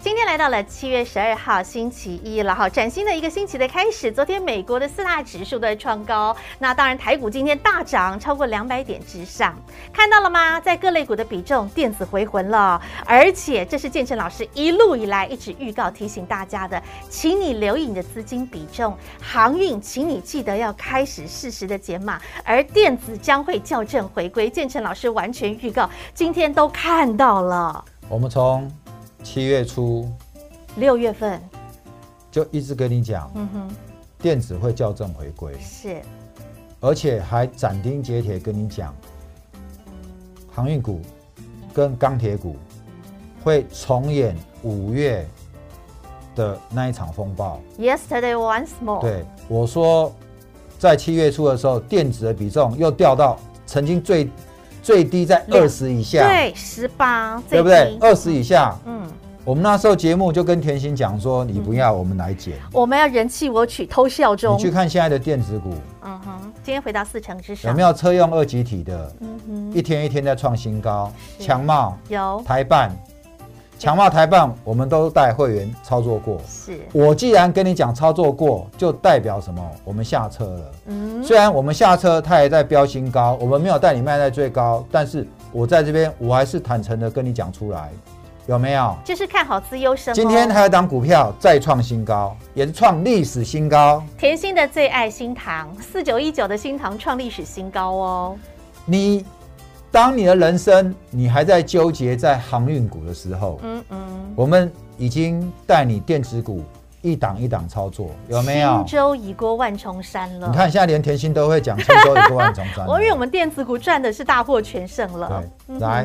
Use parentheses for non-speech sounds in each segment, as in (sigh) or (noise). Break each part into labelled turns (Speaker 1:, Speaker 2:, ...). Speaker 1: 今天来到了七月十二号星期一了哈，崭新的一个星期的开始。昨天美国的四大指数都在创高，那当然台股今天大涨超过两百点之上，看到了吗？在各类股的比重，电子回魂了，而且这是建成老师一路以来一直预告提醒大家的，请你留意你的资金比重，航运请你记得要开始适时的减码，而电子将会校正回归。建成老师完全预告，今天都看到了，
Speaker 2: 我们从七月初
Speaker 1: 六月份，
Speaker 2: 就一直跟你讲，
Speaker 1: 嗯哼，
Speaker 2: 电子会校正回归，
Speaker 1: 是。
Speaker 2: 而且还斩钉截铁跟你讲，航运股跟钢铁股会重演五月的那一场风暴。
Speaker 1: Yesterday once more。，
Speaker 2: 对，我说在七月初的时候，电子的比重又掉到曾经最最低在
Speaker 1: 两
Speaker 2: 二十以下，
Speaker 1: 十八，
Speaker 2: 对不对？二十以下。
Speaker 1: 嗯，
Speaker 2: 我们那时候节目就跟甜心讲说，你不要，我们来减。
Speaker 1: 我们要人气我取，偷笑中
Speaker 2: 你。去看现在的电子股，
Speaker 1: 嗯哼，今天回到四成之上。
Speaker 2: 有没
Speaker 1: 有？
Speaker 2: 有车用二级体的，
Speaker 1: 啊嗯哼，
Speaker 2: 一天一天在创新高？
Speaker 1: 是
Speaker 2: 强茂、
Speaker 1: 有
Speaker 2: 台办、强茂、台办，我们都带会员操作过。
Speaker 1: 是，
Speaker 2: 我既然跟你讲操作过，就代表什么？我们下车了。
Speaker 1: 嗯，
Speaker 2: 虽然我们下车，它也在标新高，我们没有带你卖在最高，但是我在这边，我还是坦诚的跟你讲出来，有没有？
Speaker 1: 就是看好资优生哦。
Speaker 2: 今天还有一档股票再创新高，也是创历史新高。
Speaker 1: 甜心的最爱新塘四九一九的新塘创历史新高哦。
Speaker 2: 你当你的人生你还在纠结在航运股的时候，
Speaker 1: 嗯嗯，
Speaker 2: 我们已经带你电子股一档一档操作，有没有
Speaker 1: 轻？舟已过万重山了。
Speaker 2: 你，看现在连甜心都会讲轻舟已过万重
Speaker 1: (laughs)
Speaker 2: 山了。
Speaker 1: 我因为我们电子股赚的是大获全胜了。嗯
Speaker 2: 对，来，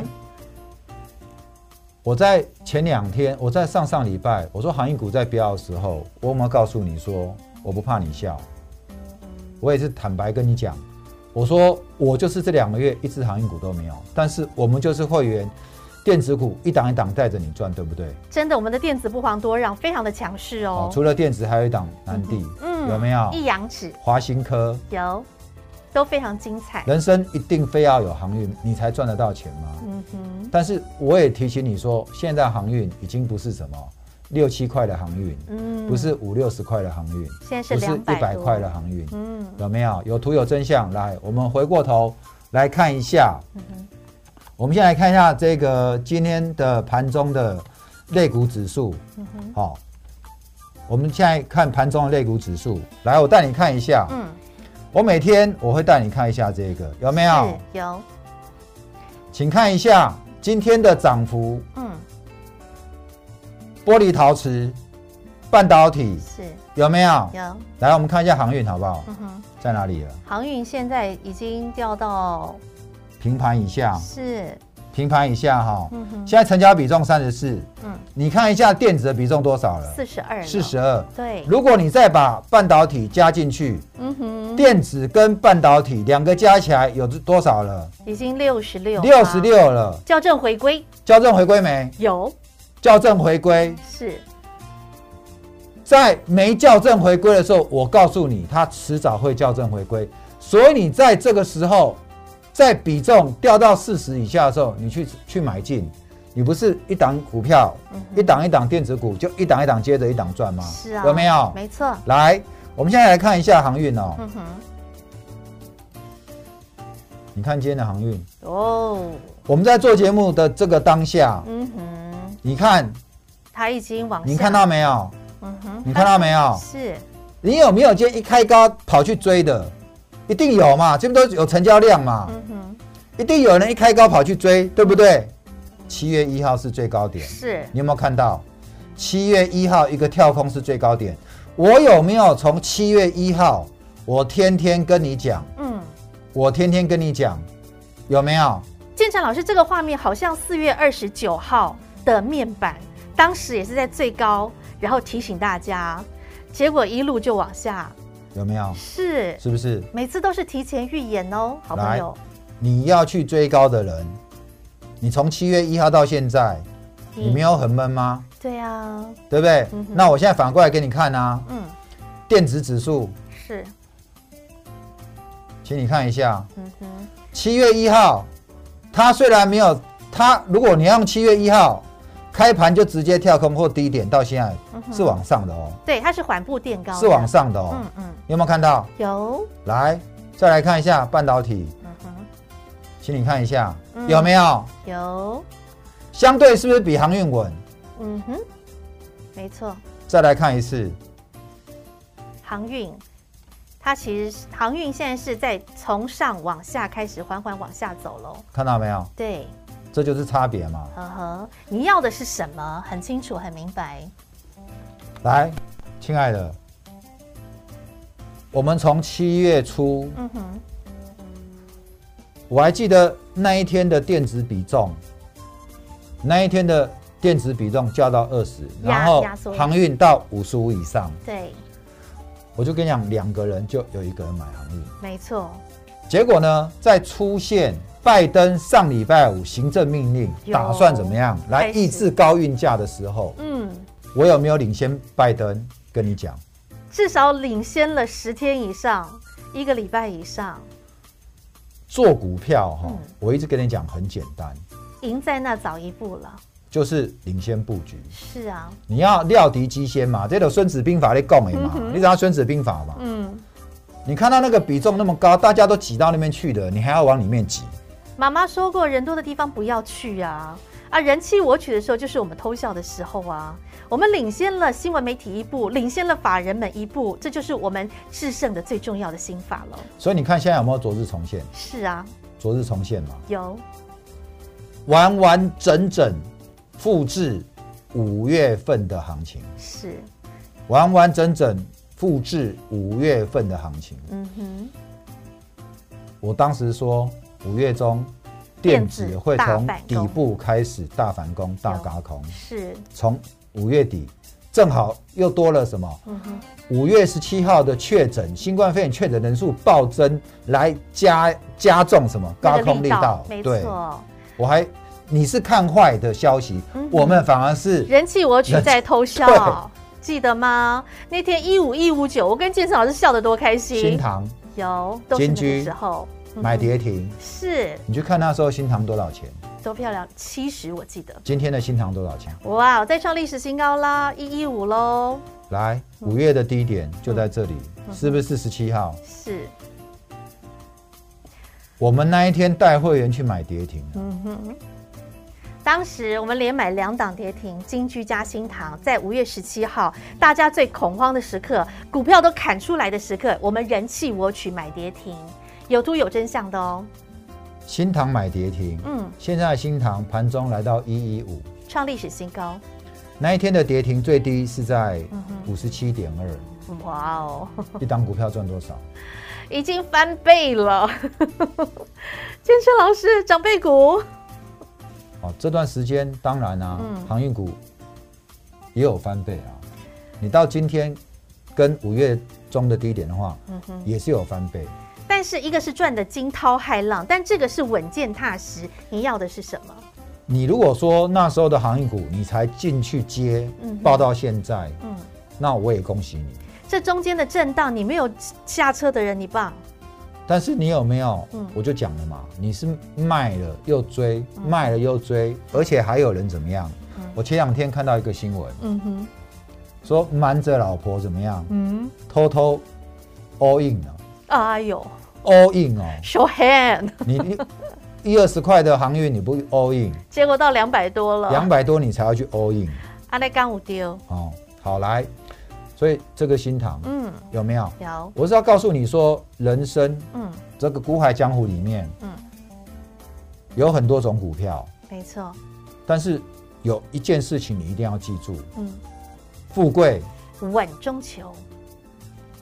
Speaker 2: 我在前两天，我在上上礼拜，我说航运股在飙的时候，我有没有告诉你说我不怕你笑？我也是坦白跟你讲，我说我就是这两个月一只航运股都没有，但是我们就是会员电子股一档一档带着你赚，对不对？
Speaker 1: 真的，我们的电子不遑多让，非常的强势
Speaker 2: 哦
Speaker 1: 哦，。
Speaker 2: 除了电子，还有一档南地，
Speaker 1: 嗯
Speaker 2: 有没有？
Speaker 1: 一阳指
Speaker 2: 华新科，
Speaker 1: 有，都非常精彩。
Speaker 2: 人生一定非要有航运，你才赚得到钱吗？
Speaker 1: 嗯哼，
Speaker 2: 但是我也提醒你说，现在航运已经不是什么六七块的航运，
Speaker 1: 嗯，
Speaker 2: 不是五六十块的航运，
Speaker 1: 现在是
Speaker 2: 不是
Speaker 1: 两
Speaker 2: 一
Speaker 1: 百
Speaker 2: 百块的，航运，
Speaker 1: 嗯，
Speaker 2: 有没有？有图有真相。来，我们回过头来看一下，
Speaker 1: 嗯
Speaker 2: 我们先来看一下这个今天的盘中的类股指数，
Speaker 1: 嗯
Speaker 2: 好、我们现在看盘中的类股指数，来，我带你看一下。
Speaker 1: 嗯，
Speaker 2: 我每天我会带你看一下这个，有没有？
Speaker 1: 是有，
Speaker 2: 请看一下今天的涨幅
Speaker 1: 嗯，
Speaker 2: 玻璃陶瓷、半导体
Speaker 1: 是
Speaker 2: 有没有？
Speaker 1: 有，
Speaker 2: 来，我们看一下航运好不好？
Speaker 1: 嗯哼，
Speaker 2: 在哪里了？
Speaker 1: 航运现在已经掉到
Speaker 2: 平盘以下，
Speaker 1: 是，
Speaker 2: 平盘以下哈。
Speaker 1: 嗯哼，
Speaker 2: 现在成交比重三十四，
Speaker 1: 嗯，
Speaker 2: 你看一下电子的比重多少了？
Speaker 1: 四十二，
Speaker 2: 四十，二。
Speaker 1: 对，
Speaker 2: 如果你再把半导体加进去，
Speaker 1: 嗯哼，
Speaker 2: 电子跟半导体两个加起来有多少了？
Speaker 1: 已经六十六，
Speaker 2: 六十，六了。
Speaker 1: 校正回归
Speaker 2: 校正回归没？
Speaker 1: 有，
Speaker 2: 校正回归，
Speaker 1: 是
Speaker 2: 在没校正回归的时候，我告诉你，它迟早会校正回归。所以你在这个时候，在比重掉到四十以下的时候，你去去买进，你不是一档股票，一档一档电子股，就一档一档接着一档赚吗？
Speaker 1: 嗯是啊，
Speaker 2: 有没有？
Speaker 1: 没错，
Speaker 2: 来，我们现在来看一下航运哦。
Speaker 1: 嗯哼，
Speaker 2: 你看今天的航运，
Speaker 1: 哦，
Speaker 2: 我们在做节目的这个当下，
Speaker 1: 嗯哼，
Speaker 2: 你看，
Speaker 1: 它已经往，
Speaker 2: 你看，到没有？
Speaker 1: 嗯哼，
Speaker 2: 你看到没有？
Speaker 1: 是
Speaker 2: 你有没有今天一开高跑去追的？一定有嘛，这边都有成交量嘛。
Speaker 1: 嗯哼，
Speaker 2: 一定有人一开高跑去追，对不对？七月一号是最高点，
Speaker 1: 是
Speaker 2: 你有没有看到？七月一号一个跳空是最高点，我有没有从七月一号？我天天跟你讲，
Speaker 1: 嗯，
Speaker 2: 我天天跟你讲，有没有？
Speaker 1: 建成老师这个画面好像四月二十九号的面板，当时也是在最高，然后提醒大家，结果一路就往下，
Speaker 2: 有没有？
Speaker 1: 是
Speaker 2: 是不是？
Speaker 1: 每次都是提前预演哦，好朋
Speaker 2: 来
Speaker 1: 友，
Speaker 2: 你要去追高的人，你从七月一号到现在，你没有很闷吗？
Speaker 1: 对啊，
Speaker 2: 对不对？
Speaker 1: 嗯哼
Speaker 2: 那我现在反过来给你看啊，
Speaker 1: 嗯，
Speaker 2: 电子指数，
Speaker 1: 是，
Speaker 2: 请你看一下，
Speaker 1: 嗯哼，
Speaker 2: 七月一号，它虽然没有它，如果你要用七月一号开盘就直接跳空或低点，到现
Speaker 1: 嗯哼
Speaker 2: 在是往上的哦，
Speaker 1: 对，它是缓步垫高，
Speaker 2: 是往，上的哦，
Speaker 1: 嗯嗯，
Speaker 2: 你有没有看到？
Speaker 1: 有，
Speaker 2: 来，再来看一下半导体，
Speaker 1: 嗯哼，
Speaker 2: 请你看一下、
Speaker 1: 嗯
Speaker 2: 有没有
Speaker 1: 有，
Speaker 2: 相对是不是比航运稳？
Speaker 1: 嗯哼，没错，
Speaker 2: 再来看一次，
Speaker 1: 航运。它其实是航运现在是在从上往下开始缓缓往下走喽，
Speaker 2: 看到没有？
Speaker 1: 对，
Speaker 2: 这就是差别嘛。
Speaker 1: 呵呵，你要的是什么？很清楚，很明白。
Speaker 2: 来，亲爱的，我们从七月初，
Speaker 1: 嗯哼，
Speaker 2: 我还记得那一天的电子比重，那一天的电子比重降到二十，
Speaker 1: 压
Speaker 2: 然后
Speaker 1: 压缩
Speaker 2: 航运到五十五以上，
Speaker 1: 对，
Speaker 2: 我就跟你讲，两个人就有一个人买航运。
Speaker 1: 没错，
Speaker 2: 结果呢，在出现拜登上礼拜五行政命令
Speaker 1: 有
Speaker 2: 打算怎么样来
Speaker 1: 开始
Speaker 2: 抑制高运价的时候，
Speaker 1: 嗯，
Speaker 2: 我有没有领先拜登？跟你讲，
Speaker 1: 至少领先了十天以上，一个礼拜以上，
Speaker 2: 做股票哈、
Speaker 1: 嗯
Speaker 2: 我一直跟你讲很简单，
Speaker 1: 赢在那早一步了。
Speaker 2: 就是领先布局。
Speaker 1: 是啊，
Speaker 2: 你要料敌机先嘛，这种《孙子兵法》在讲的嘛，你知道《孙子兵法》嘛？
Speaker 1: 嗯，
Speaker 2: 你看到那个比重那么高，大家都挤到那边去了，你还要往里面挤，
Speaker 1: 妈妈说过，人多的地方不要去啊。啊，人气我取的时候，就是我们偷笑的时候啊。我们领先了新闻媒体一步，领先了法人们一步，这就是我们制胜的最重要的心法了。
Speaker 2: 所以你看现在有没有昨日重现？
Speaker 1: 是啊，
Speaker 2: 昨日重现嘛，
Speaker 1: 有，
Speaker 2: 完完整整复制五月份的行情，
Speaker 1: 是，
Speaker 2: 完完整整复制五月份的行情。
Speaker 1: 嗯哼，
Speaker 2: 我当时说五月中
Speaker 1: 电
Speaker 2: 电
Speaker 1: 子
Speaker 2: 子会
Speaker 1: 大
Speaker 2: 从
Speaker 1: 反
Speaker 2: 底
Speaker 1: 攻
Speaker 2: 部开始大反攻、大嘎空，
Speaker 1: 是，
Speaker 2: 从五月底正好又多了什么？
Speaker 1: 嗯哼，
Speaker 2: 五月十七号的确诊新冠肺炎确诊人数暴增，来加加重什么
Speaker 1: 那
Speaker 2: 高
Speaker 1: 个
Speaker 2: 空力道？
Speaker 1: 没
Speaker 2: 对，
Speaker 1: 错。
Speaker 2: 我还你是看坏的消息，
Speaker 1: 嗯
Speaker 2: 我们反而是
Speaker 1: 人气我取
Speaker 2: 人
Speaker 1: 在偷笑，记得吗？那天一五一五九，我跟建成老师笑得多开
Speaker 2: 新
Speaker 1: 心。
Speaker 2: 塘
Speaker 1: 有，都是那
Speaker 2: 金
Speaker 1: 个
Speaker 2: 居
Speaker 1: 时候嗯
Speaker 2: 买跌停，
Speaker 1: 是
Speaker 2: 你去看那时候新塘多少钱？
Speaker 1: 多漂亮，七十我记得。
Speaker 2: 今天的新塘多少钱？
Speaker 1: 哇，再创历史新高啦，一一五喽，
Speaker 2: 来，
Speaker 1: 嗯
Speaker 2: 五月的低点就在这里，是不是十七号？
Speaker 1: 是，
Speaker 2: 我们那一天带会员去买跌停，
Speaker 1: 嗯哼。当时我们连买两档跌停，金居加新塘，在五月十七号，大家最恐慌的时刻，股票都砍出来的时刻，我们人气我取买跌停，有图有真相的哦。
Speaker 2: 新塘买跌停，
Speaker 1: 嗯，
Speaker 2: 现在新塘盘中来到一一五，
Speaker 1: 创历史新高，
Speaker 2: 那一天的跌停最低是在
Speaker 1: 嗯
Speaker 2: 五十七点二，
Speaker 1: 哇哦！ (laughs)
Speaker 2: 一档股票赚多少？
Speaker 1: 已经翻倍了。 (laughs) 建设老师，长辈股，
Speaker 2: 哦，这段时间当然啊，
Speaker 1: 嗯
Speaker 2: 航运股也有翻倍啊。你到今天跟五月中的低点的话，
Speaker 1: 嗯哼，
Speaker 2: 也是有翻倍。
Speaker 1: 但是一个是赚的惊涛骇浪，但这个是稳健踏实。你要的是什么？
Speaker 2: 你如果说那时候的航运股你才进去接
Speaker 1: 嗯，
Speaker 2: 报到现在，
Speaker 1: 嗯，
Speaker 2: 那我也恭喜你。
Speaker 1: 这中间的震荡，你没有下车的人，你棒。
Speaker 2: 但是你有没有？
Speaker 1: 嗯
Speaker 2: 我就讲了嘛，你是卖了又追，卖了又追，而且还有人怎么样？我前两天看到一个新闻，
Speaker 1: 嗯哼，
Speaker 2: 说瞒着老婆怎么样，
Speaker 1: 嗯，
Speaker 2: 偷偷 all in 啊
Speaker 1: 哎呦
Speaker 2: ，all in 哦，
Speaker 1: ，show hand，
Speaker 2: 你你一二十块的航运你不 all in，
Speaker 1: 结果到两百多
Speaker 2: 两
Speaker 1: 了，啊
Speaker 2: 百多你才要去 all in
Speaker 1: 阿内干五丢，
Speaker 2: 哦。好来，所以这个新塘
Speaker 1: 嗯，
Speaker 2: 有没有？
Speaker 1: 有，
Speaker 2: 我是要告诉你说，人生
Speaker 1: 嗯，
Speaker 2: 这个股海江湖里面，
Speaker 1: 嗯
Speaker 2: 有很多种股票，
Speaker 1: 没错，
Speaker 2: 但是有一件事情你一定要记住：
Speaker 1: 嗯，
Speaker 2: 富贵
Speaker 1: 稳中求，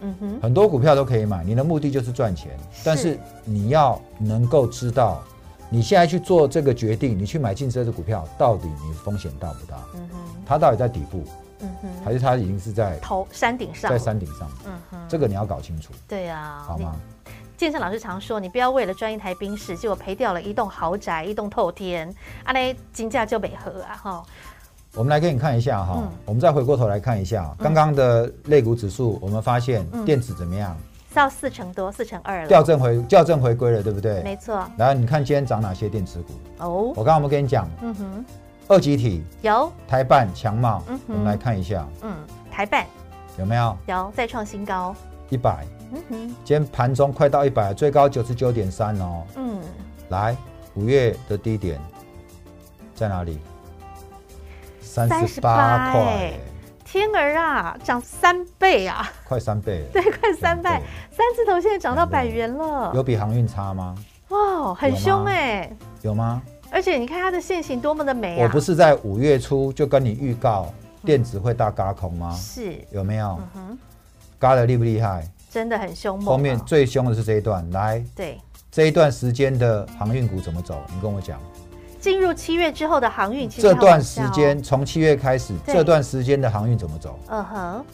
Speaker 1: 嗯哼，
Speaker 2: 很多股票都可以买，你的目的就是赚钱，但是你要能够知道你现在去做这个决定，你去买进这只股票，到底你风险大不大？
Speaker 1: 嗯哼，
Speaker 2: 它到底在底部，
Speaker 1: 嗯哼，
Speaker 2: 还是它已经是在
Speaker 1: 头山顶上，
Speaker 2: 在山顶上？
Speaker 1: 嗯哼，
Speaker 2: 这个你要搞清楚，
Speaker 1: 对啊，
Speaker 2: 好吗？
Speaker 1: 健身老师常说，你不要为了赚一台冰室，结果赔掉了一栋豪宅、一栋透天，啊嘞，金价就没合啊哈。
Speaker 2: 我们来给你看一下哈、
Speaker 1: 嗯
Speaker 2: 我们再回过头来看一下刚刚的类股指数，我们发现
Speaker 1: 嗯
Speaker 2: 电子怎么样？
Speaker 1: 到四成多，四成二了，
Speaker 2: 校正回校正回归了，对不对？
Speaker 1: 没错
Speaker 2: 然后你看今天涨哪些电子股？
Speaker 1: 哦，
Speaker 2: 我刚刚有没有跟你讲，
Speaker 1: 嗯哼，
Speaker 2: 二级体、
Speaker 1: 有，
Speaker 2: 台办、强茂，
Speaker 1: 嗯哼
Speaker 2: 我们来看一下
Speaker 1: 嗯，台办
Speaker 2: 有没有
Speaker 1: 有再创新高，
Speaker 2: 一百。
Speaker 1: 嗯哼，
Speaker 2: 今天盘中快到一百，最高九十九点三哦。
Speaker 1: 嗯，
Speaker 2: 来，五月的低点在哪里？三十八
Speaker 1: 38
Speaker 2: 块，
Speaker 1: 天儿啊，涨三倍啊， (laughs)
Speaker 2: 快三倍了。
Speaker 1: 对，快三倍
Speaker 2: 对，
Speaker 1: 三字头现在涨到百元了，
Speaker 2: 有比航运差吗？
Speaker 1: 哇，很凶哎、
Speaker 2: 有吗？
Speaker 1: 而且你看它的线型多么的美啊！
Speaker 2: 我不是在五月初就跟你预告电子会大嘎空吗？
Speaker 1: 是，
Speaker 2: 有没有
Speaker 1: 嗯哼，
Speaker 2: 嘎的厉不厉害？
Speaker 1: 真的很凶猛啊、
Speaker 2: 后面最凶的是这一段，来
Speaker 1: 对，
Speaker 2: 这一段时间的航运股怎么走？你跟我讲，
Speaker 1: 进入七月之后的航运，其实
Speaker 2: 这
Speaker 1: 它
Speaker 2: 段
Speaker 1: 往
Speaker 2: 时
Speaker 1: 下哦
Speaker 2: 间，从七月开始，
Speaker 1: 对
Speaker 2: 这段时间的航运怎么走？
Speaker 1: 嗯哼，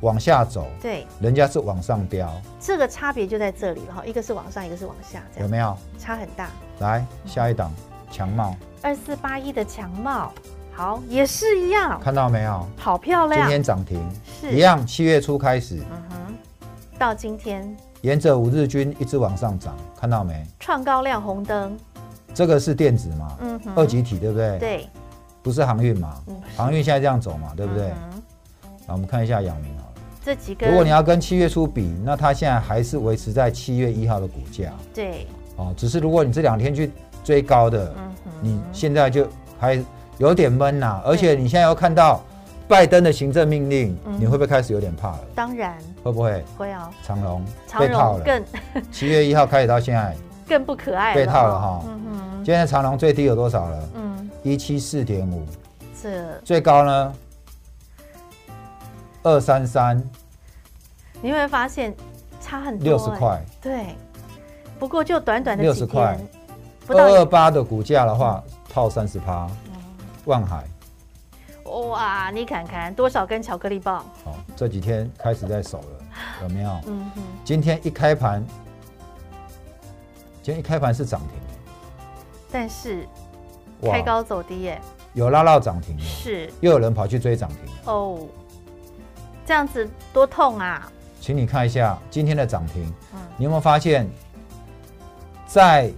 Speaker 2: 往下走，
Speaker 1: 对，
Speaker 2: 人家是往上飙，
Speaker 1: 这个差别就在这里了哈，一个是往上，一个是往下，这
Speaker 2: 有
Speaker 1: 样
Speaker 2: 没有？
Speaker 1: 差很大。
Speaker 2: 来下一档强茂，
Speaker 1: 二四八一的强茂，好，也是一样，
Speaker 2: 看到没有？
Speaker 1: 好漂
Speaker 2: 今
Speaker 1: 亮，
Speaker 2: 天涨停，
Speaker 1: 是
Speaker 2: 一样，七月初开始，
Speaker 1: 嗯哼，到今天
Speaker 2: 沿着五日均一直往上涨，看到没？
Speaker 1: 创高亮红灯，
Speaker 2: 这个是电子嘛，
Speaker 1: 嗯哼，
Speaker 2: 二级体对不对？，
Speaker 1: 对，
Speaker 2: 不是航运嘛
Speaker 1: 嗯，
Speaker 2: 航运现在这样走嘛，对不对？
Speaker 1: 嗯哼
Speaker 2: 那我们看一下阳明好了。
Speaker 1: 这几根，
Speaker 2: 如果你要跟七月初比，那它现在还是维持在七月一号的股价
Speaker 1: 对，
Speaker 2: 哦，只是如果你这两天去追高的，
Speaker 1: 嗯哼，
Speaker 2: 你现在就还有点闷呐、而且你现在又看到拜登的行政命令，
Speaker 1: 嗯
Speaker 2: 你会不会开始有点怕了？
Speaker 1: 当然
Speaker 2: 会不会
Speaker 1: 会哦，
Speaker 2: 长龙
Speaker 1: 长
Speaker 2: 被套
Speaker 1: 荣
Speaker 2: 了？
Speaker 1: 更 (laughs)
Speaker 2: 七月一号开始到现在，
Speaker 1: 更不可爱
Speaker 2: 被套了
Speaker 1: 哦
Speaker 2: 哈
Speaker 1: 嗯哼，
Speaker 2: 现在长龙最低有多少了？
Speaker 1: 嗯，
Speaker 2: 一七四点五，
Speaker 1: 这
Speaker 2: 最高呢？二三三
Speaker 1: 你会发现差很多、
Speaker 2: 六十块，
Speaker 1: 哎，对，不过就短短的几
Speaker 2: 60块呃
Speaker 1: 天，不
Speaker 2: 二
Speaker 1: 到
Speaker 2: 二八的股价的话，套三十趴，万海。
Speaker 1: 哇，你看看多少根巧克力棒，
Speaker 2: 好、这几天开始在守了，有没有？
Speaker 1: 嗯哼，
Speaker 2: 今天一开盘，今天一开盘是涨停
Speaker 1: 但是
Speaker 2: 哇嗯
Speaker 1: 开高走低耶，
Speaker 2: 有拉到涨停了，
Speaker 1: 是
Speaker 2: 又有人跑去追涨停了。
Speaker 1: 哦，这样子多痛啊，
Speaker 2: 请你看一下今天的涨停，
Speaker 1: 嗯
Speaker 2: 你有没有发现，在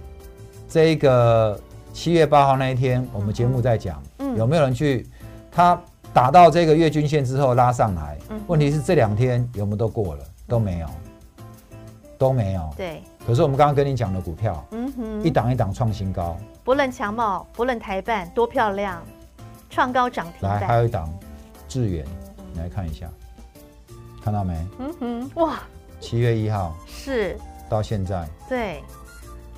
Speaker 2: 这个七月八号那一天，我们节目在讲，
Speaker 1: 嗯
Speaker 2: 有没有人去他打到这个月均线之后拉上来？
Speaker 1: 嗯
Speaker 2: 问题是这两天有没有都过了？都没有，都没有。
Speaker 1: 对，
Speaker 2: 可是我们刚刚跟你讲的股票，
Speaker 1: 嗯
Speaker 2: 一
Speaker 1: 哼，
Speaker 2: 档一档创新高，
Speaker 1: 不论强茂，不论台办，多漂亮，创高涨停
Speaker 2: 来还
Speaker 1: 板，
Speaker 2: 有一档智远，你来看一下，看到没？
Speaker 1: 嗯哼，哇，
Speaker 2: 七月一号
Speaker 1: 是，
Speaker 2: 到现在，
Speaker 1: 对，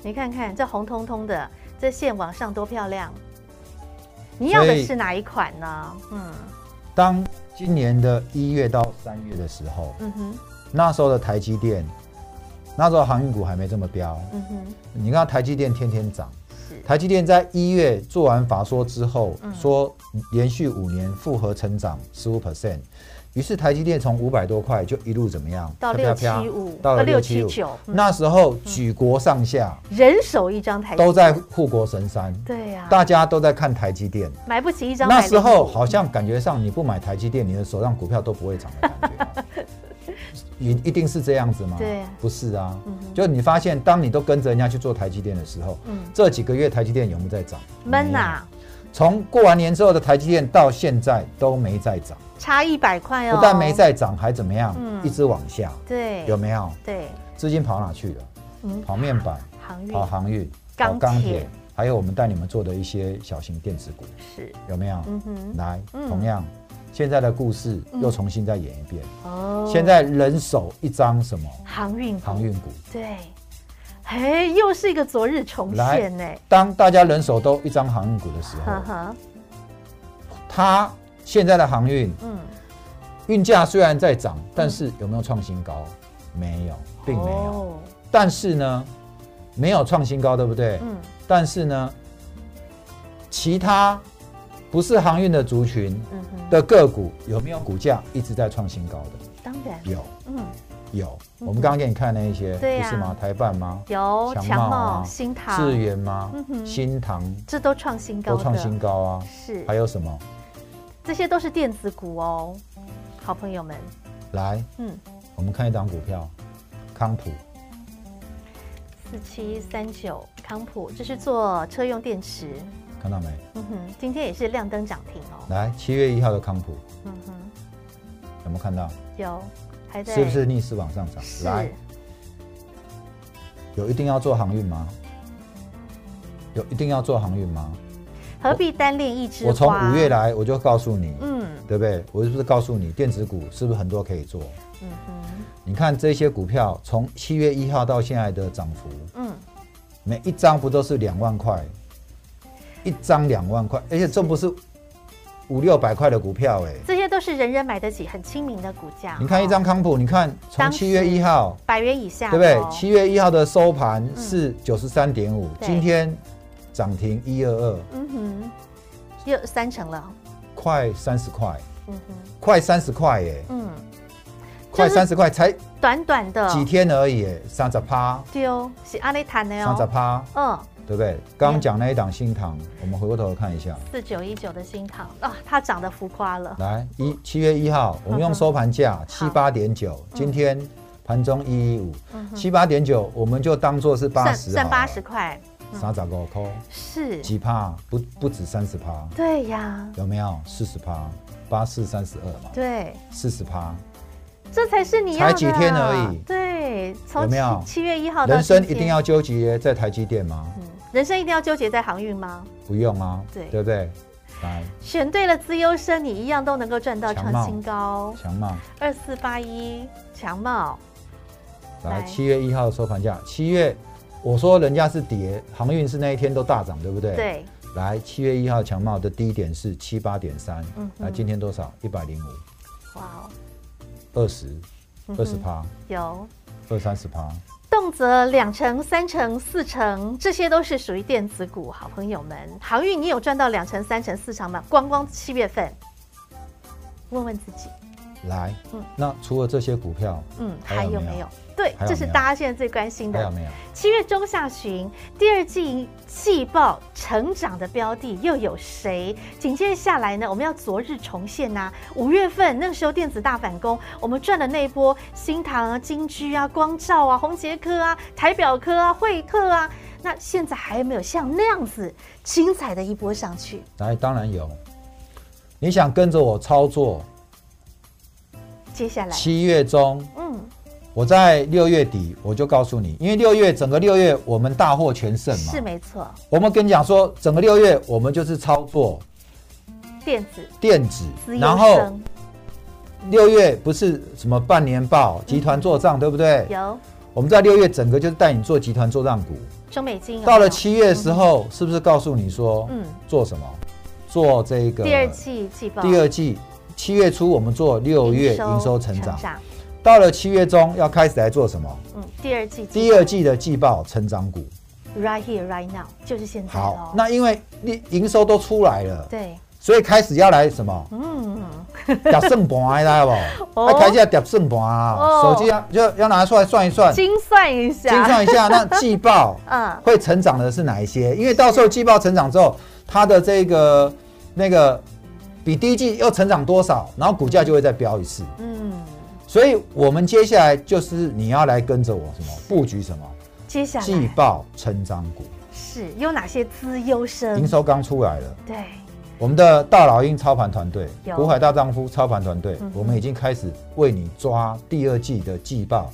Speaker 1: 你看看这红彤彤的，这线往上多漂亮。你要
Speaker 2: 所
Speaker 1: 的
Speaker 2: 以
Speaker 1: 是哪一款呢？嗯
Speaker 2: 当今年的一月到三月的时候，
Speaker 1: 嗯哼
Speaker 2: 那时候的台积电，那时候航运股还没这么飙。
Speaker 1: 嗯哼，
Speaker 2: 你看台积电天天涨，
Speaker 1: 是
Speaker 2: 台积电在一月做完法说之后，
Speaker 1: 嗯
Speaker 2: 说连续五年复合成长十五 percent，于是台积电从五百多块就一路怎么样？
Speaker 1: 到
Speaker 2: 啪啪
Speaker 1: 六
Speaker 2: 啪
Speaker 1: 七五，
Speaker 2: 到了六七
Speaker 1: 七
Speaker 2: 五。
Speaker 1: 九，嗯
Speaker 2: 那时候举国上下
Speaker 1: 人手一张台，
Speaker 2: 都在护国神山，
Speaker 1: 对呀、
Speaker 2: 大家都在看台积电。
Speaker 1: 买不起一张。
Speaker 2: 那时候好像
Speaker 1: 嗯
Speaker 2: 感觉上你不买台积电，你的手上股票都不会涨的感觉。
Speaker 1: (laughs)
Speaker 2: 一一定是这样子吗？
Speaker 1: 对
Speaker 2: 不是啊。
Speaker 1: 嗯哼
Speaker 2: 就你发现，当你都跟着人家去做台积电的时候，
Speaker 1: 嗯
Speaker 2: 这几个月台积电有没有在涨？
Speaker 1: 闷啊呐、
Speaker 2: 没有从过完年之后的台积电到现在都没在涨，
Speaker 1: 差一百块哦。
Speaker 2: 不但没，在涨，还怎么样？
Speaker 1: 嗯
Speaker 2: 一直往下，
Speaker 1: 对，
Speaker 2: 有没有？
Speaker 1: 对，
Speaker 2: 资金跑哪去了？
Speaker 1: 嗯，
Speaker 2: 跑面板，
Speaker 1: 航运
Speaker 2: 跑航运，
Speaker 1: 钢
Speaker 2: 跑
Speaker 1: 铁
Speaker 2: 钢铁，还有我们带你们做的一些小型电子股，
Speaker 1: 是，
Speaker 2: 有没有？
Speaker 1: 嗯哼，
Speaker 2: 来，
Speaker 1: 嗯
Speaker 2: 同样，现在的故事又重新再演一遍。
Speaker 1: 哦，
Speaker 2: 现在人手一张什么
Speaker 1: 航运股
Speaker 2: 航，运股？
Speaker 1: 对，哎，又是一个昨日重
Speaker 2: 来
Speaker 1: 现呢，
Speaker 2: 当大家人手都一张航运股的时
Speaker 1: 呵
Speaker 2: 候，
Speaker 1: 呵，
Speaker 2: 它现在的航运
Speaker 1: 嗯，
Speaker 2: 运价虽然在涨，但是有没有创新高？没有，并没有。
Speaker 1: 嗯哦
Speaker 2: 但是呢，没有创新高，对不对？
Speaker 1: 嗯，
Speaker 2: 但是呢，其他不是航运的族群
Speaker 1: 嗯哼，
Speaker 2: 的个股有没有股价一直在创新高的？
Speaker 1: 当然，
Speaker 2: 有，
Speaker 1: 嗯，
Speaker 2: 有。我们刚刚给你看那一些，
Speaker 1: 对呀
Speaker 2: 不是吗？台办吗？
Speaker 1: 有
Speaker 2: 强
Speaker 1: 强
Speaker 2: 茂
Speaker 1: 茂、
Speaker 2: 啊
Speaker 1: 新唐，
Speaker 2: 智源吗
Speaker 1: 嗯？哼
Speaker 2: 新唐
Speaker 1: 这都创新高
Speaker 2: 都
Speaker 1: 的，
Speaker 2: 创新高啊。
Speaker 1: 是
Speaker 2: 还，有什么？
Speaker 1: 这些都是电子股哦，好朋友们，
Speaker 2: 来，
Speaker 1: 嗯，
Speaker 2: 我们看一档股票，康普。
Speaker 1: 四七三九康普，这是做车用电池，
Speaker 2: 看到没？
Speaker 1: 嗯哼，今天也是亮灯涨停哦，
Speaker 2: 来，七月一号的康普
Speaker 1: 嗯哼，
Speaker 2: 有没有看到？
Speaker 1: 有，还在
Speaker 2: 是不是逆势往上涨？
Speaker 1: 是
Speaker 2: 来，有一定要做航运吗？有一定要做航运吗？
Speaker 1: 何必单恋一枝花？
Speaker 2: 我从五月，来我就告诉你，
Speaker 1: 嗯
Speaker 2: 对不对？我是不是告诉你，电子股是不是很多可以做？
Speaker 1: 嗯哼，
Speaker 2: 你看这些股票从七月一号到现在的涨幅，
Speaker 1: 嗯，
Speaker 2: 每一张不都是两万块？一张两万块，而且这不是五六百块的股票哎、
Speaker 1: 这些都是人人买得起、很亲民的股价。
Speaker 2: 你看一张
Speaker 1: 哦
Speaker 2: 康普，你看从
Speaker 1: 当时
Speaker 2: 七月一号
Speaker 1: 百元以下的
Speaker 2: 对
Speaker 1: 哦，嗯
Speaker 2: 不对？七月一号的收盘是九十三点五，
Speaker 1: 对
Speaker 2: 今天涨停一二二，
Speaker 1: 嗯哼，又三成了，
Speaker 2: 快三十块，
Speaker 1: 嗯哼，
Speaker 2: 快三十块耶，
Speaker 1: 嗯，
Speaker 2: 快三十块，才几
Speaker 1: 短短的
Speaker 2: 天而已耶，三十趴，
Speaker 1: 丢是阿内谈的
Speaker 2: 三十
Speaker 1: 哦，
Speaker 2: 趴，
Speaker 1: 嗯，
Speaker 2: 对不对？刚刚讲那一档新塘，我们回过头来看一下，
Speaker 1: 四九一九的新塘啊，它涨得浮夸了，
Speaker 2: 来一七月一号，我们用收盘价七八点九，今天盘中一一五，
Speaker 1: 嗯哼，
Speaker 2: 七八点九，我们就当做是八
Speaker 1: 算
Speaker 2: 十，
Speaker 1: 算八十，块，嗯
Speaker 2: 三十五块，
Speaker 1: 是，
Speaker 2: 几趴？不不止三十趴。
Speaker 1: 对呀，
Speaker 2: 有没有四十趴？八四三十二嘛，
Speaker 1: 对，
Speaker 2: 四十趴。
Speaker 1: 这才是你要的，
Speaker 2: 才几天而已
Speaker 1: 对，从
Speaker 2: 有没有
Speaker 1: 七七月一号到
Speaker 2: 人生
Speaker 1: 今
Speaker 2: 一
Speaker 1: 天
Speaker 2: 定，要纠结在台积电吗？
Speaker 1: 嗯，人生一定要纠结在航运吗？
Speaker 2: 不用啊，
Speaker 1: 对
Speaker 2: 不对？来，
Speaker 1: 选对了资优生，你一样都能够赚到创
Speaker 2: 强茂
Speaker 1: 新高，
Speaker 2: 强茂，
Speaker 1: 二四八一强茂，来
Speaker 2: 来七月一号的收盘价，七月我说人家是跌，航运是那一天都大涨，对不对？。
Speaker 1: 对，
Speaker 2: 来，七月一号强茂的低点是七八点三
Speaker 1: 嗯，哼
Speaker 2: 来今天多少？一百零五，
Speaker 1: 哇哦，
Speaker 2: 二十，
Speaker 1: 嗯
Speaker 2: 二十
Speaker 1: 哼
Speaker 2: 趴，
Speaker 1: 有。
Speaker 2: 二三十趴。
Speaker 1: 动辄两成、三成、四成，这些都是属于电子股，好朋友们。航运你有赚到两成、三成、四成吗？光光七月份，问问自己，
Speaker 2: 来
Speaker 1: 嗯，
Speaker 2: 那除了这些股票，
Speaker 1: 嗯，还
Speaker 2: 还
Speaker 1: 有
Speaker 2: 有没有
Speaker 1: 没有？对，
Speaker 2: 还有
Speaker 1: 这是
Speaker 2: 没有
Speaker 1: 大家现在最关心
Speaker 2: 还有
Speaker 1: 的。
Speaker 2: 没有？
Speaker 1: 七月中下旬，第二季季报成长的标的又有谁？紧接着下来呢，我们要昨日重现呐、啊五月份那个时候电子大反攻，我们赚的那一波，新唐啊、金居啊、光照啊、宏杰科啊、台表科啊、惠客啊，那现在还有没有像那样子精彩的一波上去？
Speaker 2: 来，当然有。你想跟着我操作，
Speaker 1: 接下来，
Speaker 2: 七月中，
Speaker 1: 嗯，
Speaker 2: 我在六月底我就告诉你，因为六月整个六月我们大获全胜
Speaker 1: 嗯
Speaker 2: 嘛
Speaker 1: 是。没错，
Speaker 2: 我们跟你讲说，整个六月我们就是操作
Speaker 1: 电子
Speaker 2: 电子
Speaker 1: 资，优
Speaker 2: 然后
Speaker 1: 生
Speaker 2: 六月不是什么半年报、集团做账，对不对？
Speaker 1: 有
Speaker 2: 我们在六月整个就是带你做集团做账股。
Speaker 1: 中美金有没有
Speaker 2: 到了，七月的时候，是不是告诉你说，
Speaker 1: 嗯
Speaker 2: 做什么？做这个
Speaker 1: 第二季季报，
Speaker 2: 第二季七月初我们做六月营收成长，
Speaker 1: 长，
Speaker 2: 到了七月中要开始来做什么？
Speaker 1: 嗯，第二季
Speaker 2: 第二季的季报成长股。
Speaker 1: right here right now 就是现在
Speaker 2: 好
Speaker 1: 喽，。
Speaker 2: 那因为利营收都出来了，
Speaker 1: 对，
Speaker 2: 所以开始要来什么
Speaker 1: 嗯，
Speaker 2: 点算盘啦，好不
Speaker 1: (laughs) 哦
Speaker 2: 好？要开始要点算盘啊，
Speaker 1: 哦
Speaker 2: 手机要就要拿出来算一算，精
Speaker 1: 精算一下，
Speaker 2: 算一下那季报
Speaker 1: 嗯，
Speaker 2: 会成长的是哪一些？因为到时候季报成长之后，它的这个那个比第一季又成长多少，然后股价就会再飙一次。
Speaker 1: 嗯，
Speaker 2: 所以我们接下来就是你要来跟着我什么布局什么
Speaker 1: 接下
Speaker 2: 季
Speaker 1: 来
Speaker 2: 报成长股，
Speaker 1: 是有哪些资优生
Speaker 2: 营？收刚出来了。
Speaker 1: 对，
Speaker 2: 我们的大老鹰操盘团队
Speaker 1: 有，
Speaker 2: 股海大丈夫操盘团队，
Speaker 1: 嗯哼
Speaker 2: 我们已经开始为你抓第二季的季报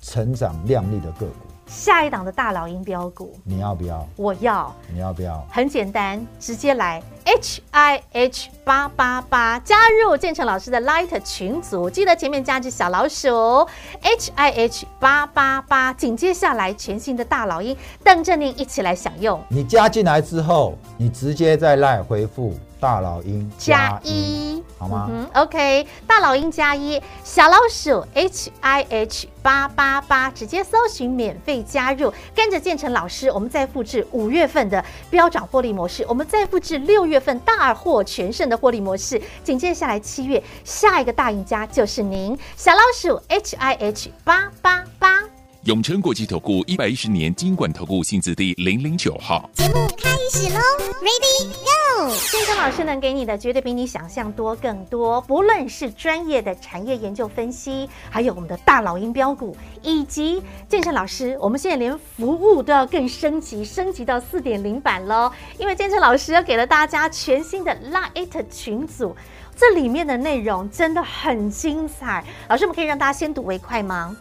Speaker 2: 成长亮丽的个股，
Speaker 1: 下一档的大老鹰标股，
Speaker 2: 你要不要？
Speaker 1: 我要
Speaker 2: 你要不要？
Speaker 1: 很简单，直接来 H I H 八八八加入建成老师的 Light 群组，记得前面加只小老鼠哦 H I H 八八八，紧接下来全新的大老鹰等着您一起来享用。
Speaker 2: 你加进来之后，你直接在赖回复大老鹰
Speaker 1: 加一，
Speaker 2: 好吗？
Speaker 1: 嗯，OK，大老鹰加一，小老鼠 H I H 八八八，直接搜寻免费加入，跟着建成老师，我们再复制五月份的飙涨获利模式，我们再复制六月份大获全胜的获利模式，紧接下来七月下一个大赢家就是您，小老鼠 H I H 八八八。
Speaker 3: 永诚国际投顾一百一十年金管投顾新字第零零九号。
Speaker 1: 建中老师能给你的绝对比你想象多更多，不论是专业的产业研究分析，还有我们的大老鹰标股，以及建成老师，我们现在连服务都要更升级，升级到四点零版喽。因为建成老师要给了大家全新的 Lite 群组，这里面的内容真的很精彩。老师，我们可以让大家先睹为快吗？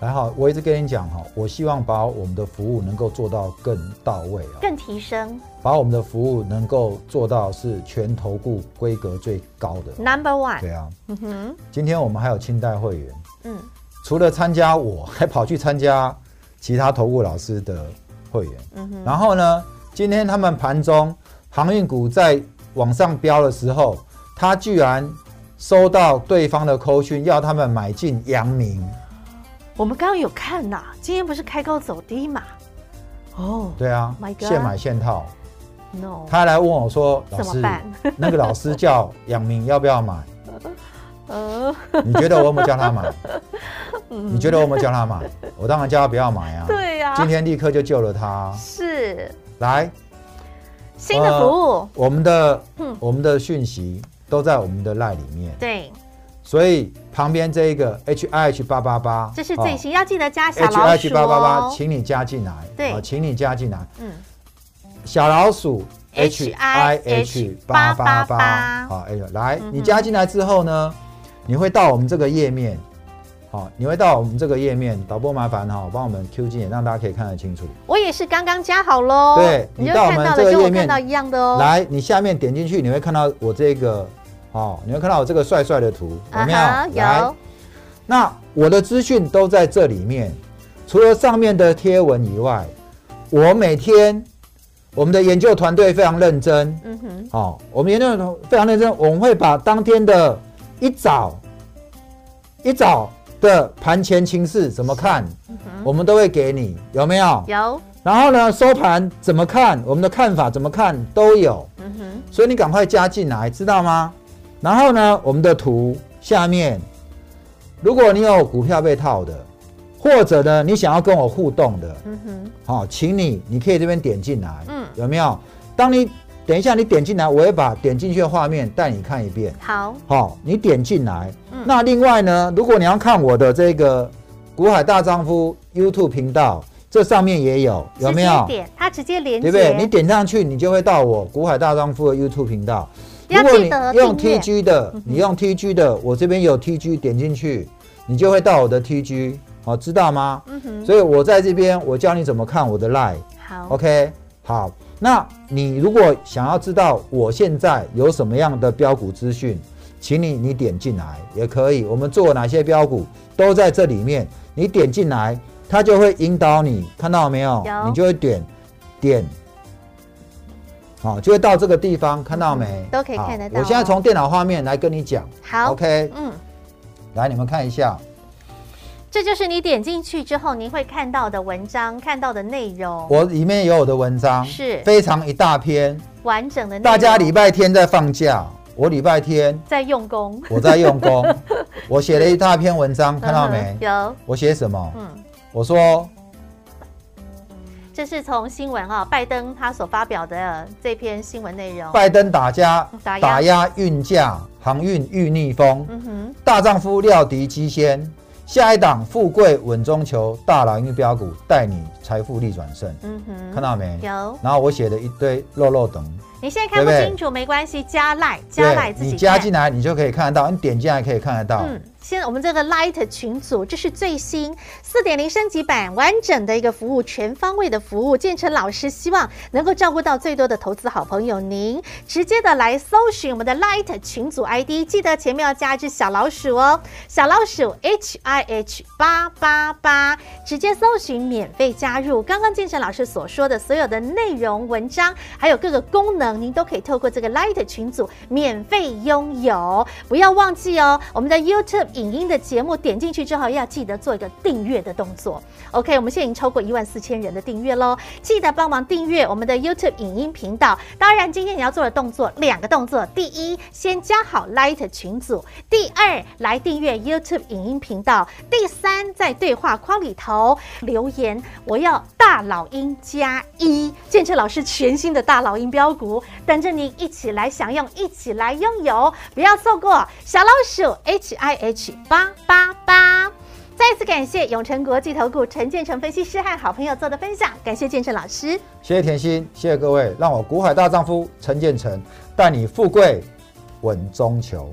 Speaker 2: 来好，我一直跟你讲哈，我希望把我们的服务能够做到更到位啊，
Speaker 1: 更提升
Speaker 2: 把我们的服务能够做到是全投顾规格最高的。
Speaker 1: Number One。
Speaker 2: 对啊，
Speaker 1: 嗯哼，
Speaker 2: 今天我们还有清代会员，
Speaker 1: 嗯，
Speaker 2: 除了参加我，还跑去参加其他投顾老师的会员。
Speaker 1: 嗯哼，
Speaker 2: 然后呢，今天他们盘中航运股在往上飙的时候，他居然收到对方的扣讯，要他们买进阳明。
Speaker 1: 我们刚刚有看呐、今天不是开高走低嘛？哦、
Speaker 2: 对啊
Speaker 1: My，God
Speaker 2: 现买现套。
Speaker 1: n o
Speaker 2: 他来问我说：“老
Speaker 1: 怎么
Speaker 2: 师
Speaker 1: 办， (laughs)
Speaker 2: 那个老师叫阳明，要不要买？
Speaker 1: 呃，嗯
Speaker 2: 你觉得我有没有叫
Speaker 1: (laughs)
Speaker 2: 他买？你觉得我有没有叫他买？我当然叫他不要买啊。
Speaker 1: 对呀、
Speaker 2: 今天立刻就救了他啊。
Speaker 1: 是
Speaker 2: 来，
Speaker 1: 新的服务，
Speaker 2: 我们的
Speaker 1: 嗯
Speaker 2: 我们的讯息都在我们的 line 里面，
Speaker 1: 对，
Speaker 2: 所以旁边这一个 H I H 八八八，哦
Speaker 1: 这是最新，要记得加小
Speaker 2: H
Speaker 1: 老
Speaker 2: I H
Speaker 1: 鼠
Speaker 2: 八八八，
Speaker 1: 哦。
Speaker 2: 请你加进来，
Speaker 1: 对
Speaker 2: 啊请你加进来，
Speaker 1: 嗯，
Speaker 2: 小老鼠
Speaker 1: HIH 888
Speaker 2: 好，哎呦，来
Speaker 1: 嗯，哼
Speaker 2: 你加进来之后呢，你会到我们这个页面，好，你会到我们这个页面，导播麻烦哈，帮我们 Q 进也让大家可以看得清楚。
Speaker 1: 我也是刚刚加好喽。
Speaker 2: 对
Speaker 1: 你就
Speaker 2: 你到我
Speaker 1: 看
Speaker 2: 们
Speaker 1: 到
Speaker 2: 这
Speaker 1: 了
Speaker 2: 个
Speaker 1: 跟我
Speaker 2: 页面
Speaker 1: 看到一样的哦。
Speaker 2: 来，你下面点进去，你会看到我这个，哦，你会看到我这个帅帅的图，有
Speaker 1: 啊
Speaker 2: 没有？
Speaker 1: 哈，
Speaker 2: 来
Speaker 1: 有，，
Speaker 2: 那我的资讯都在这里面，除了上面的贴文以外，我每天我们的研究团队非常认真，
Speaker 1: 嗯哼，
Speaker 2: 哦，我们研究团非常认真，我们会把当天的一早一早的盘前情势怎么看，我们都会给你，有没有？
Speaker 1: 有，
Speaker 2: 然后呢，收盘怎么看，我们的看法怎么看都有。
Speaker 1: 嗯哼，
Speaker 2: 所以你赶快加进来，知道吗？然后呢，我们的图下面，如果你有股票被套的，或者呢你想要跟我互动的，
Speaker 1: 嗯哼，
Speaker 2: 好、请你你可以这边点进来，
Speaker 1: 嗯
Speaker 2: 有没有？当你等一下你点进来，我会把点进去的画面带你看一遍。
Speaker 1: 好，
Speaker 2: 好、你点进来。
Speaker 1: 嗯
Speaker 2: 那另外呢，如果你要看我的这个《股海大丈夫》YouTube 频道，这上面也有，有没
Speaker 1: 直
Speaker 2: 有
Speaker 1: 接？点，它直接连接，
Speaker 2: 对不对？你点上去，你就会到我股海大丈夫的 YouTube 频道。
Speaker 1: 要
Speaker 2: 如果
Speaker 1: 记得
Speaker 2: 你用
Speaker 1: 订阅嗯
Speaker 2: TG 的，你用 TG 的，我这边有 TG，点进去，你就会到我的 TG，好、知道吗？
Speaker 1: 嗯哼，
Speaker 2: 所以我在这边，我教你怎么看我的 Line。
Speaker 1: 好，
Speaker 2: OK，好，那你如果想要知道我现在有什么样的标股资讯，请你你点进来也可以，我们做哪些标股都在这里面，你点进来，它就会引导你，看到没有？
Speaker 1: 有
Speaker 2: 你就会点点。好，就会到这个地方，看到没？
Speaker 1: 都可以
Speaker 2: 好
Speaker 1: 看得到
Speaker 2: 我现在
Speaker 1: 哦
Speaker 2: 从电脑画面来跟你讲。
Speaker 1: 好
Speaker 2: OK，
Speaker 1: 嗯。
Speaker 2: 来你们看一下。
Speaker 1: 这就是你点进去之后，您会看到的文章、看到的内容，
Speaker 2: 我里面有我的文章，
Speaker 1: 是嗯
Speaker 2: 非常一大篇。
Speaker 1: 完整的内容。
Speaker 2: 大家礼拜天在放假，我礼拜天
Speaker 1: 在用功，
Speaker 2: 我在用功，
Speaker 1: (laughs)
Speaker 2: 我写了一大篇文章，看到没
Speaker 1: 嗯哼？有，
Speaker 2: 我写什么？
Speaker 1: 嗯，
Speaker 2: 我说
Speaker 1: 这是从新闻啊、拜登他所发表的这篇新闻内容。
Speaker 2: 拜登打压
Speaker 1: 打压
Speaker 2: 打压运价，航运遇逆风，
Speaker 1: 嗯哼，
Speaker 2: 大丈夫料敌机先，下一档富贵稳中求，大蓝运标股带你财富逆转胜，
Speaker 1: 嗯哼，
Speaker 2: 看到没？
Speaker 1: 有，
Speaker 2: 然后我写了一堆肉肉等，
Speaker 1: 你现在看不
Speaker 2: 对不对
Speaker 1: 清楚没关系，加赖加赖自己
Speaker 2: 你
Speaker 1: 看
Speaker 2: 加进啊来你就可以看得到，你点进来可以看得到。
Speaker 1: 嗯，现在我们这个 Light 群组，这是最新四点零升级版，完整的一个服务，全方位的服务。建成老师希望能够照顾到最多的投资好朋友您，直接的来搜寻我们的 Light 群组 ID，记得前面要加一只小老鼠哦，小老鼠 H I H 八八八，直接搜寻免费加入。刚刚建成老师所说的所有的内容、文章，还有各个功能。能，您都可以透过这个 Light 群组免费拥有。不要忘记哦，我们的 YouTube 影音的节目点进去之后，要记得做一个订阅的动作。OK，我们现在已经超过一万四千人的订阅喽，记得帮忙订阅我们的 YouTube 影音频道。当然，今天你要做的动作两个动作：第一，先加好 Light 群组；第二，来订阅 YouTube 影音频道；第三，在对话框里头留言“我要大老鹰加一”，建成老师全新的大老鹰标股，等着您一起来享用，一起来拥有，不要错过小老鼠 H I H 八八八。再次感谢永诚国际投顾陈建成分析师和好朋友做的分享，感谢建成老师。
Speaker 2: 谢谢甜心，谢谢各位，让我股海大丈夫陈建成带你富贵稳中求。